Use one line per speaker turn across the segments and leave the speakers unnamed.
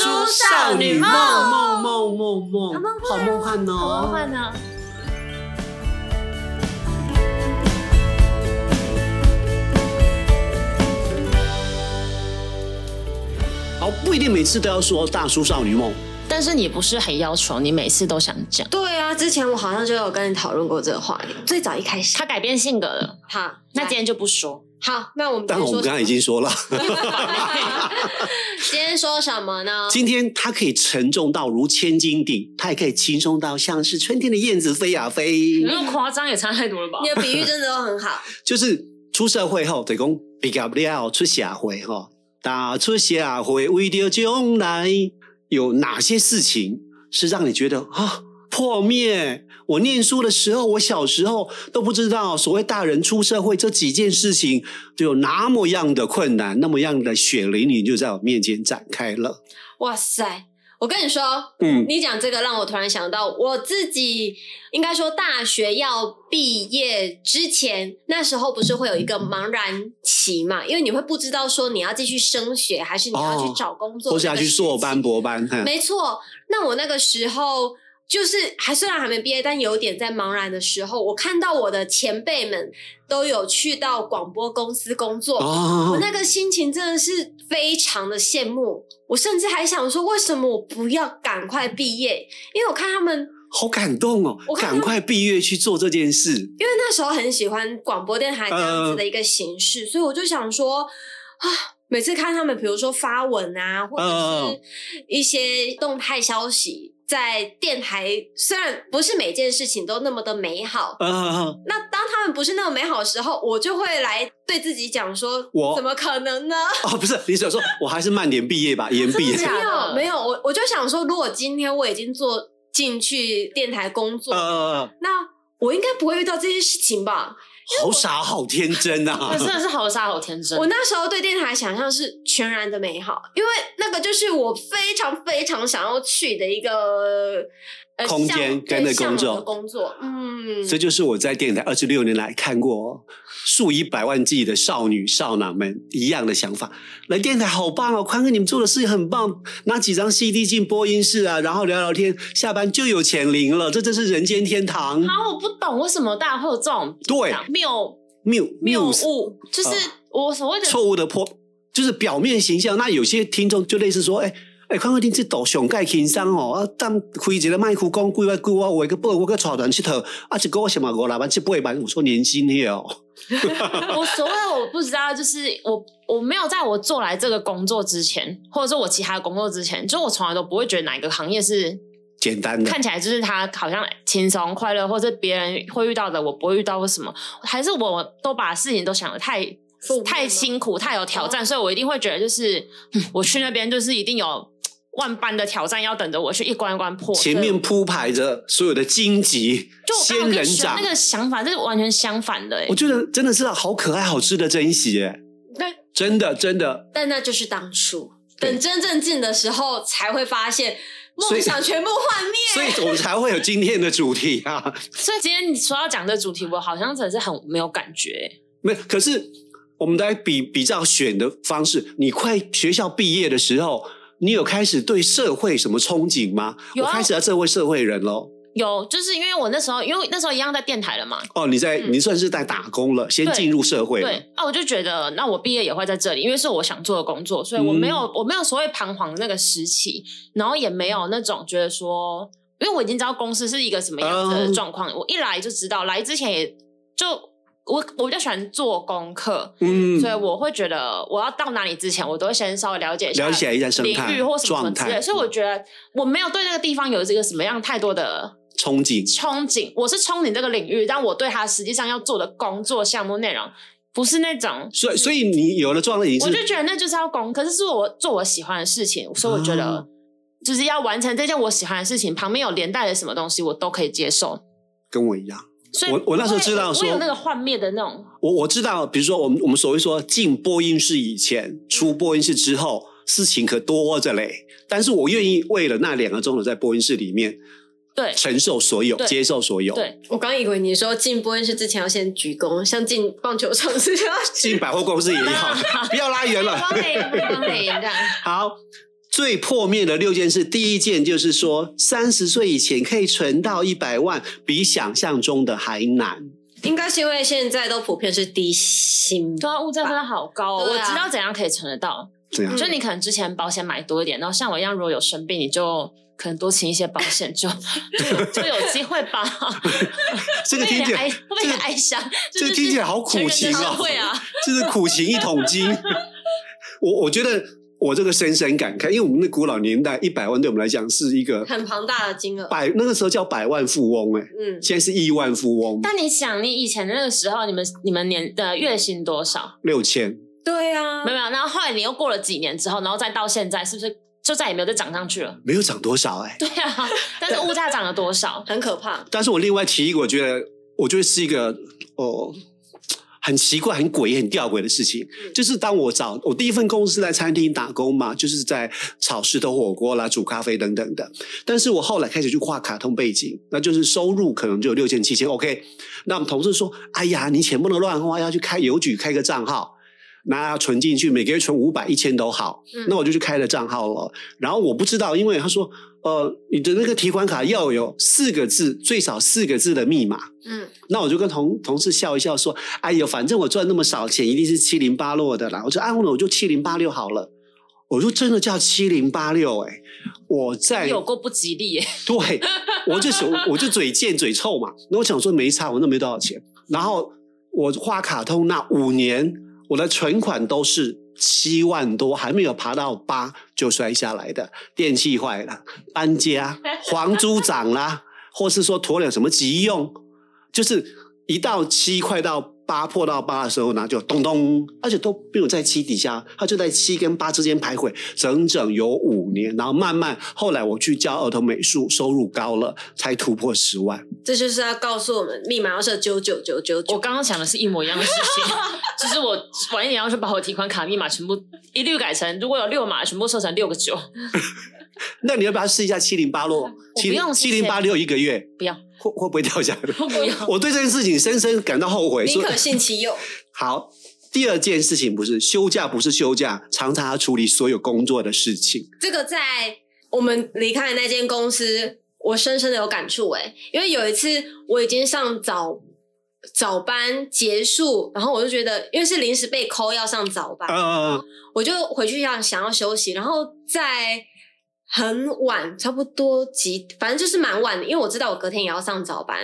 少女梦
梦梦梦
好
梦
梦，
好
幻
梦幻
好梦
哦！
幻呢？
好，不一定每次都要说大叔少女梦，
但是你不是很要求你每次都想讲，
对啊，之前我好像就有跟你讨论过这个话题，最早一开始。
他改变性格了，
好，
那
来
今天就不说。
好，那我们
但
今天
我
说
们刚刚已经说了，
今天说什么呢？
今天它可以沉重到如千斤顶，它也可以轻松到像是春天的燕子飞呀飞。
那么夸张也差太多了吧
你的比喻真的都很好，
就是出社会后，得讲毕业了出社会吼，打出社会为了将来，有哪些事情是让你觉得啊破灭？我念书的时候，我小时候都不知道所谓大人出社会这几件事情就有那么样的困难，那么样的血淋淋就在我面前展开了。
哇塞！我跟你说，
嗯，
你讲这个让我突然想到，我自己应该说大学要毕业之前，那时候不是会有一个茫然期嘛？因为你会不知道说你要继续升学，还是你要去
哦
找工作，
或是要去硕班、。博班，哈
没错，那我那个时候就是还虽然还没毕业，但有点在茫然的时候，我看到我的前辈们都有去到广播公司工作，我
哦，
那个心情真的是非常的羡慕，我甚至还想说，为什么我不要赶快毕业？因为我看他们，
好感动哦
我！看他
赶快毕业去做这 件事。
因为那时候很喜欢广播电台这样子的一个形式，所以我就想说啊。每次看他们，比如说发文啊，或者是一些动态消息，在电台，虽然不是每件事情都那么的美好，
啊，
那当他们不是那么美好的时候，我就会来对自己讲说：
我
怎么可能呢？
哦，不是，你想说我还是慢点毕业吧，延毕
真的假
没
的
有没有，我我就想说，如果今天我已经做进去电台工作，
呃，
那我应该不会遇到这些事情吧？
好傻，好天真啊
那！真的是好傻好天真
我。那时候对电台想象是全然的美好，因为那个就是我非常非常想要去的一个呃
空
向
间
对
跟着
向
工
往
作
的工作，嗯，
这就是我在电台二十六年来看过数以百万计的少女少男们一样的想法。来电台好棒哦，宽哥你们做的事很棒，拿几张 CD 进播音室啊，然后聊聊天，下班就有钱领了，这真是人间天堂。
啊，我不懂为什么大家会有这种
对
谬
谬
谬
谬
误，就是我所谓的
啊错误的破，就是表面形象。那有些听众就类似说，哎、哎，看看你这抖上盖轻松哦，啊，当开一个麦克风，规划规划，我一个报我个草团佚佗，啊，一个我什么五六万七八万，我说年薪了哦，
我所谓的我不知道，就是我我没有在我做来这个工作之前，或者说我其他工作之前，就我从来都不会觉得哪一个行业是
简单的，
看起来就是他好像轻松快乐，或者别人会遇到的我不会遇到或什么，还是我都把事情都想的太
负面吗哦
太辛苦、太有挑战，所以我一定会觉得就是、嗯我去那边就是一定有万般的挑战要等着我去一关一关破。
前面铺排着所有的荆棘
就，我刚
仙
刚跟
人
你
掌
那。个想法是完全相反的、欸，
我觉得真的是好可爱、好吃的珍惜耶！
但
真的真的，
但那就是当初，
对
等真正进的时候才会发现
所
梦
以
想全部幻灭。
所以我们才会有今天的主题啊。
所以今天你说要讲这主题，我好像真的是很没有感觉、欸
没，可是我们来比比较选的方式，你快学校毕业的时候，你有开始对社会什么憧憬吗？
有啊
我开始要社会社会人喽。
有，就是因为我那时候，因为那时候一样在电台了嘛，
哦，你在、
嗯
你算是在打工了，先
对
进入社会了。
对，那我就觉得，那我毕业也会在这里，因为是我想做的工作，所以我
嗯
没有、我没有所谓彷徨的那个时期，然后也没有那种觉得说，因为我已经知道公司是一个什么样子的
哦
状况，我一来就知道，来之前也就我我比较喜欢做功课，
嗯
所以我会觉得我要到哪里之前，我都会先稍微了解一下
了解一下生
领
态
域或什么什么
状
之类
态，嗯
的，所以我觉得我没有对那个地方有这个什么样太多的
憧憬。
憧憬，我是憧憬这个领域，但我对他实际上要做的工作项目内容不是那种，
所以所以你有了状态，你
嗯我
是
就觉得那就是要工，可是是我做我喜欢的事情，所以我觉
哦
得就是要完成这件我喜欢的事情，旁边有连带的什么东西我都可以接受。
跟我一样。
所以
我我那时候
不会
知道
我有
说
那个幻灭的那种，
我我知道，比如说我们我们所谓说进播音室以前，出播音室之后，事情可多着嘞。但是我愿意为了那两个钟头在播音室里面
对
承受所有，
对
接受所有。
对，
我刚以为你说进播音室之前要先鞠躬，像进棒球场是要
进百货公司也要，不要拉远了。
光美光美这样。
好，最破灭的六件事，第一件就是说，三十岁以前可以存到一百万，比想象中的还难。
应该是因为现在都普遍是低薪，
对啊，物价真的好高哦！
对
我
啊
知道怎样可以存得到，
这样
嗯
就你可能之前保险买多一点，然后像我一样，如果有生病，你就可能多请一些保险，就 就就有机会吧。
这个
会
听
不会
起
有点
来
哀，会不会有点哀伤？
这个听起来好苦情
啊！
啊
会 啊，
就是苦情一桶金。我我觉得我这个深深感慨，因为我们的古老年代，一百万对我们来讲是一个
很庞大的金额。
百，那个时候叫百万富翁、哎，
嗯，
现在是亿万富翁，
但你想，你以前的那个时候，你们你们年的月薪多少？
六千。
对啊
没，有，没有。然后后来你又过了几年之后，然后再到现在，是不是就再也没有再涨上去了？
没有涨多少哎、
对啊，但是物价涨了多少？
很可怕。
但是我另外提一个，我觉得我觉得是一个哦，很奇怪、很诡异、很吊诡的事情，就是当我找我第一份工是在餐厅打工嘛，就是在炒石头火锅啦、煮咖啡等等的。但是我后来开始去画卡通背景，那就是收入可能就有六千、七千，OK。那我们同事说：“哎呀，你钱不能乱花，要去开邮局开个账号。”拿存进去，每个月存五百、一千都好，
嗯
那我就去开了账号了。然后我不知道，因为他说，呃，你的那个提款卡要有四个字，最少四个字的密码。
嗯，
那我就跟同同事笑一笑说：“哎呦，反正我赚那么少钱，一定是七零八落的啦。”我就按了，我就七零八六好了。我就真的叫七零八六哎，我在
你有过不吉利耶！
对，我就想，我就嘴贱嘴臭嘛。那我想说没差，我那没多少钱。然后我画卡通那五年，我的存款都是七万多，还没有爬到八就摔下来的。电器坏了，搬家，房租涨啦，或是说鸵鸟什么急用，就是一到七快到八破到八的时候呢，就咚咚，而且都没有在七底下，它就在七跟八之间徘徊，整整有五年。然后慢慢后来我去教儿童美术，收入高了，才突破十万。
这就是要告诉我们，密码要设九九九九
我
九。
刚刚想的是一模一样的事情， 就是我晚一点要去把我提款卡密码全部一律改成，如果有六码，全部设成六个九，
那你要不要试一下七零八落？七
不用
七
谢
零
谢
八六一个月，
不要，
会会不会掉下来？
不要。
我对这件事情深深感到后悔。
宁
所以
可信其有，
好，第二件事情不是休假，不是休假，常常要处理所有工作的事情。
这个在我们离开的那间公司，我深深的有感触哎、因为有一次我已经上早早班结束，然后我就觉得，因为是临时被扣要上早班，
呃，
我就回去想想要休息，然后在很晚，差不多几，反正就是蛮晚的，因为我知道我隔天也要上早班，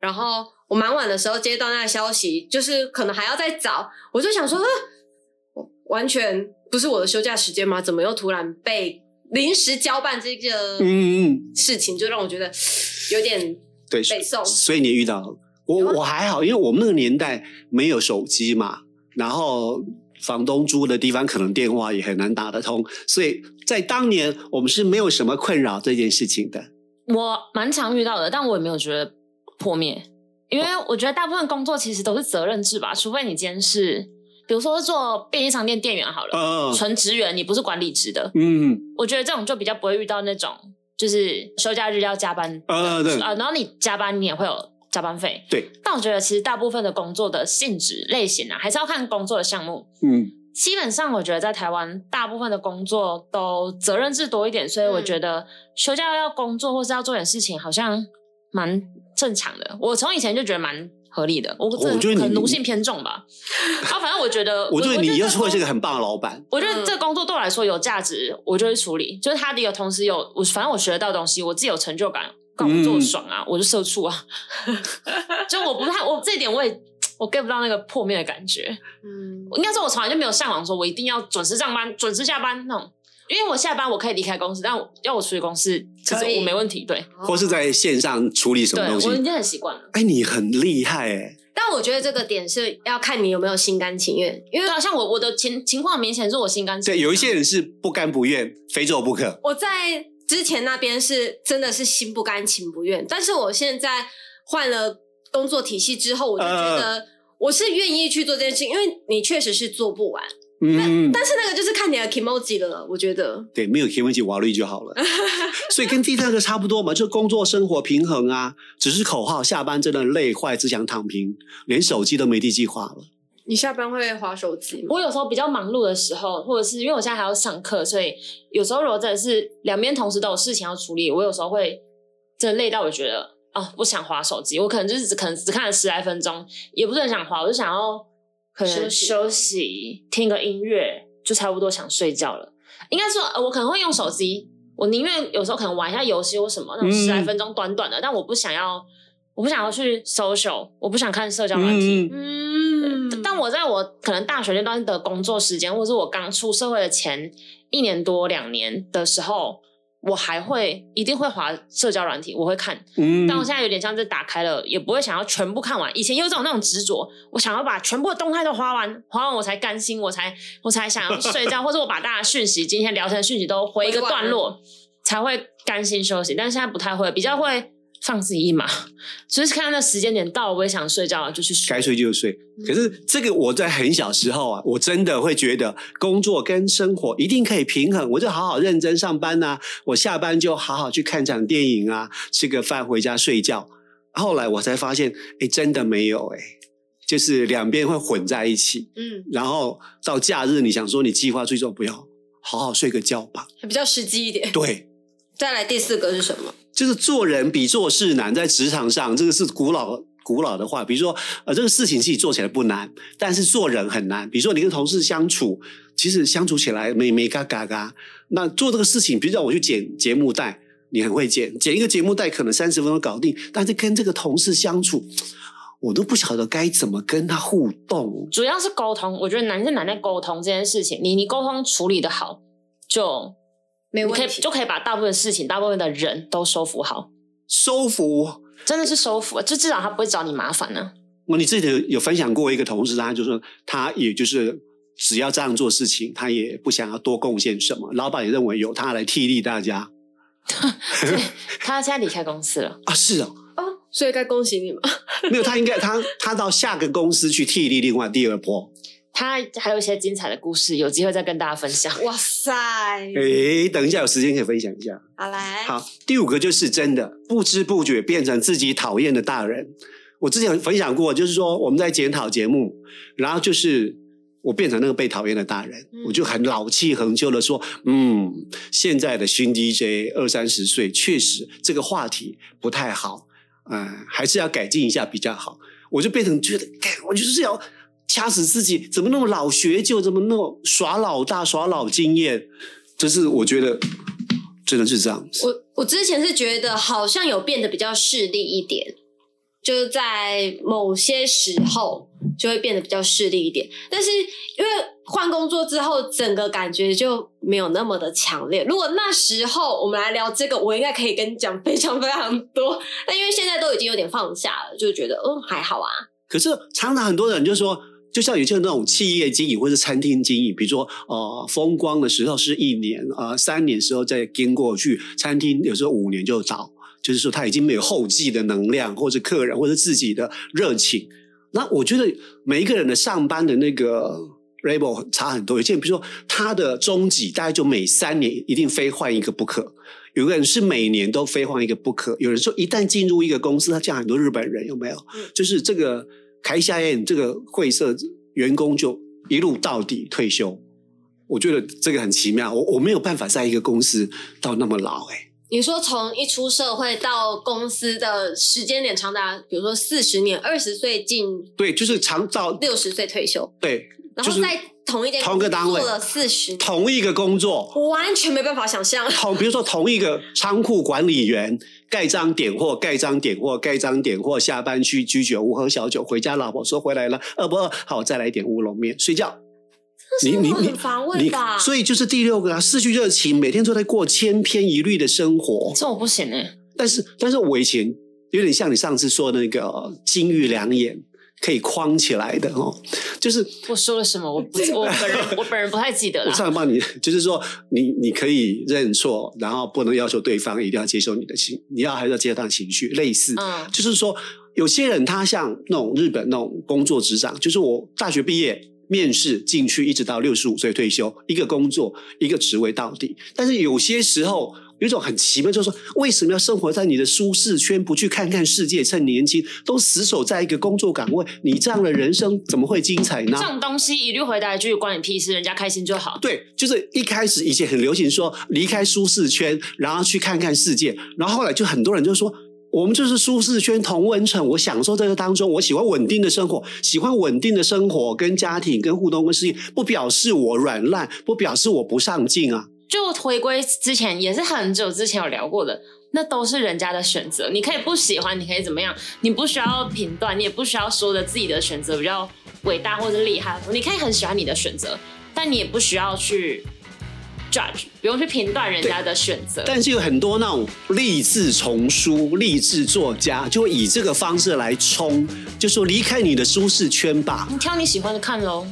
然后我蛮晚的时候接到那个消息，就是可能还要再早，我就想说，啊我完全不是我的休假时间吗？怎么又突然被临时交办这个
嗯嗯，
事情，就让我觉得有点
对，
北宋
所以你遇到了我，
有啊
我还好，因为我们那个年代没有手机嘛，然后房东租的地方可能电话也很难打得通，所以在当年我们是没有什么困扰这件事情的。
我蛮常遇到的，但我也没有觉得破灭，因为
哦
我觉得大部分工作其实都是责任制吧，除非你今天是，比如说做便利商店店员好了，
嗯
纯职员，你不是管理职的，
嗯
我觉得这种就比较不会遇到那种就是休假日要加班的，
呃对
啊，然后你加班你也会有加班费，
对，
但我觉得其实大部分的工作的性质类型啊，还是要看工作的项目，
嗯，
基本上我觉得在台湾大部分的工作都责任制多一点，所以我觉
嗯
得休假要工作或是要做点事情，好像蛮正常的。我从以前就觉得蛮合理的，我
哦我觉得
这
你
可能奴性偏重吧。啊，反正我觉 得，
我觉得你又
这
会嗯是
工
个很棒的老板。
我觉得这工作对我来说有价值，我就会处理。就是它的有同时有我，反正我学得到东西，我自己有成就感，干我做爽
嗯
啊，我就社畜啊。 就我不太，我这一点我也我 get 不到那个破灭的感觉。
嗯
应该说，我从来就没有向往说我一定要准时上班、准时下班那种。因为我下班我可以离开公司，但我要我处理公司，其实
可以
我没问题。对，
哦
或是在线上处理什么
对
东
我已
西？
经很习惯了。
哎，你很厉害哎、
但我觉得这个点是要看你有没有心甘情愿，因为
对啊，像我我的情情况明显是我心甘情
对，
愿。
有一些人是不甘不愿，非走不可。
我在之前那边是真的是心不甘情不愿，但是我现在换了工作体系之后，我就觉得我是愿意去做这件事情，因为你确实是做不完，
嗯，
但是那个就是看你的 emoji 了，我觉得。
对，没有 K 问题，瓦律就好 了。所以跟第三个差不多嘛，就工作生活平衡啊，只是口号。下班真的累坏，只想躺平，连手机都没地计划了。
你下班会划手机吗？
我有时候比较忙碌的时候，或者是因为我现在还要上课，所以有时候如果真的是两边同时都有事情要处理，我有时候会真的累到我觉得啊，不想划手机，我可能就是只可能只看了十来分钟，也不是很想划，我就想要可能
休息
休息，听个音乐，就差不多想睡觉了。应该说，呃我可能会用手机，我宁愿有时候可能玩一下游戏或什么，那种
嗯
十来分钟短短的，但我不想要，我不想要去 social，我不想看社交软体。
嗯，
嗯，
但我在我可能大学阶段的工作时间，或是我刚出社会的前一年多两年的时候，我还会一定会滑社交软体，我会看。
嗯
但我现在有点像是打开了，也不会想要全部看完。以前有一种那种执着，我想要把全部的动态都花完，花完我才甘心，我才我才想要睡觉，或者我把大家讯息今天聊天的讯息都回一个
回完
段落，才会甘心休息。但是现在不太会，比较会放自己一马， 就是看那时间点到，我也想睡觉了就去睡
该。睡就睡。
嗯
可是这个我在很小时候啊，我真的会觉得工作跟生活一定可以平衡，我就好好认真上班呐、啊我下班就好好去看场电影啊，吃个饭回家睡觉。后来我才发现，哎，真的没有哎、诶就是两边会混在一起。
嗯，
然后到假日，你想说你计划最终不要好好睡个觉吧？
还比较实际一点。
对，
再来第四个是什么？
就是做人比做事难，在职场上，这个是古老古老的话。比如说，呃，这个事情自己做起来不难，但是做人很难。比如说，你跟同事相处，其实相处起来没没嘎嘎嘎。那做这个事情，比如让我去剪节目带，你很会剪，剪一个节目带可能三十分钟搞定，但是跟这个同事相处，我都不晓得该怎么跟他互动。
主要是沟通，我觉得难是难在沟通这件事情。你你沟通处理的好，就
没
你可以
问题，
就可以把大部分事情、大部分的人都收服好，
收服
真的是收服，就至少他不会找你麻烦啊呢、
我哦你之前有分享过一个同事，他就说他也就是只要这样做事情，他也不想要多贡献什么，老板也认为由他来替力大家
他现在离开公司了，
啊，是哦，
哦，所以该恭喜你们。
没有他应该他他到下个公司去替力另外第二 波，
他还有一些精彩的故事，有机会再跟大家分享。
哇塞，
诶，等一下有时间可以分享一下。
好来，
哎好，第五个就是真的不知不觉变成自己讨厌的大人。我之前有分享过，就是说我们在检讨节目，然后就是我变成那个被讨厌的大人，
嗯
我就很老气横秋的说，嗯，现在的新 DJ 二三十岁，确实这个话题不太好，嗯、还是要改进一下比较好。我就变成觉得，干我就是要掐死自己，怎么那么老学究，怎么那么耍老大、耍老经验，就是我觉得真的是这样子。
我我之前是觉得好像有变得比较势利一点，就是在某些时候就会变得比较势利一点，但是因为换工作之后，整个感觉就没有那么的强烈。如果那时候我们来聊这个，我应该可以跟你讲非常非常多，但因为现在都已经有点放下了，就觉得嗯还好啊，
可是常常很多人就说，就像有些那种企业经营或者餐厅经营，比如说呃风光的时候是一年，呃三年时候再跟过去，餐厅有时候五年就倒，就是说他已经没有后继的能量，或者客人或者自己的热情。那我觉得每一个人的上班的那个 label 差很多，有些人比如说他的终极大概就每三年一定非换一个不可。有个人是每年都非换一个不可，有人说一旦进入一个公司，他像很多日本人有没有？就是这个开夏宴这个会社员工就一路到底退休，我觉得这个很奇妙，我我没有办法在一个公司到那么老哎、
你说从一出社会到公司的时间点长达，比如说四十年，二十岁进
对，就是长到
六十岁退休，
对
然后
就是
在同一间
同一个单位
做了四十年，
同一个工作，
我完全没办法想象。
同比如说同一个仓库管理员，盖章点货，盖章点货，盖章点货，下班去居酒屋喝小酒，回家老婆说回来了，饿不饿？好，再来一点乌龙面，睡觉。你你你
很乏味
你
吧？
所以就是第六个啊，失去热情，每天都在过千篇一律的生活。
这我不行哎、
但是，但是我以前有点像你上次说的那个呃金玉良言，可以框起来的哦。就是
我说了什么？我不，我本人我本人不太记得
我
了。
上来帮你，就是说你你可以认错，然后不能要求对方一定要接受你的情，你要还是要接受他的情绪，类似。
嗯
就是说，有些人他像那种日本那种工作职场，就是我大学毕业面试进去，一直到六十五岁退休，一个工作一个职位到底。但是有些时候，有一种很奇妙，就是说为什么要生活在你的舒适圈，不去看看世界？趁年轻，都死守在一个工作岗位，你这样的人生怎么会精彩呢
这？种东西一律回答一句关你屁事，人家开心就好。
对，就是一开始以前很流行说离开舒适圈，然后去看看世界，然后后来就很多人就说。我们就是舒适圈同温层，我享受在这当中，我喜欢稳定的生活，喜欢稳定的生活跟家庭、跟互动、跟事业，不表示我软烂，不表示我不上进啊。
就回归之前也是很久之前有聊过的，那都是人家的选择，你可以不喜欢，你可以怎么样，你不需要评断，你也不需要说的自己的选择比较伟大或者厉害，你可以很喜欢你的选择，但你也不需要去 judge，不用去评断人家的选择。
但是有很多那种励志丛书、励志作家，就会以这个方式来冲，就说离开你的舒适圈吧。
你挑你喜欢的看喽，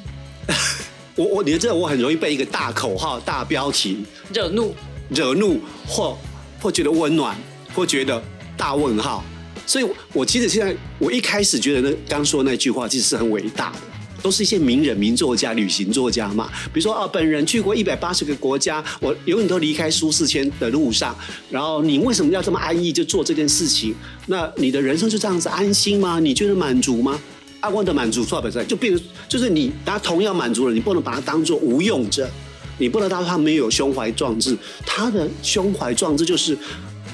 我我，你这我很容易被一个大口号、大标题
惹怒。
惹怒，或或觉得温暖，或觉得大问号。所以我，我其实现在我一开始觉得那刚说那句话其实是很伟大的，都是一些名人、名作家、旅行作家嘛。比如说啊，本人去过一百八十个国家，我永远都离开舒适圈的路上。然后你为什么要这么安逸就做这件事情？那你的人生就这样子安心吗？你觉得满足吗？阿光的满足错本身就变成就是你，他同样满足了，你不能把它当做无用者，你不能当做他没有胸怀壮志。他的胸怀壮志就是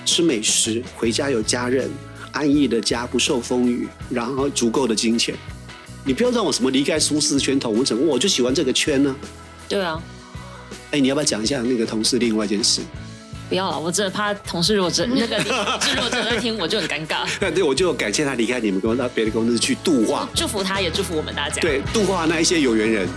吃美食，回家有家人，安逸的家，不受风雨，然后足够的金钱。你不要让我什么离开舒适圈、同温层，我就喜欢这个圈呢、
对啊，
哎，你要不要讲一下那个同事另外一件事？
不要了，我真的怕同事如果真那个 同事如果真的听，我就很尴尬。
那对我就感谢他离开你们公司，到别的公司去度化，
祝福他，也祝福我们大家。
对，度化那一些有缘人。